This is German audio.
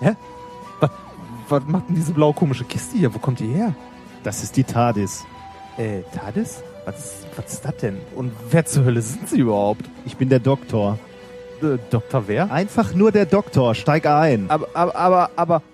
Hä? Was, was macht denn diese blaue komische Kiste hier? Wo kommt die her? Das ist die TARDIS. Äh, TARDIS? Was, was ist das denn? Und wer zur Hölle sind sie überhaupt? Ich bin der Doktor. Äh, Dr. Wer? Einfach nur der Doktor. Steig ein. Aber, aber, aber, aber,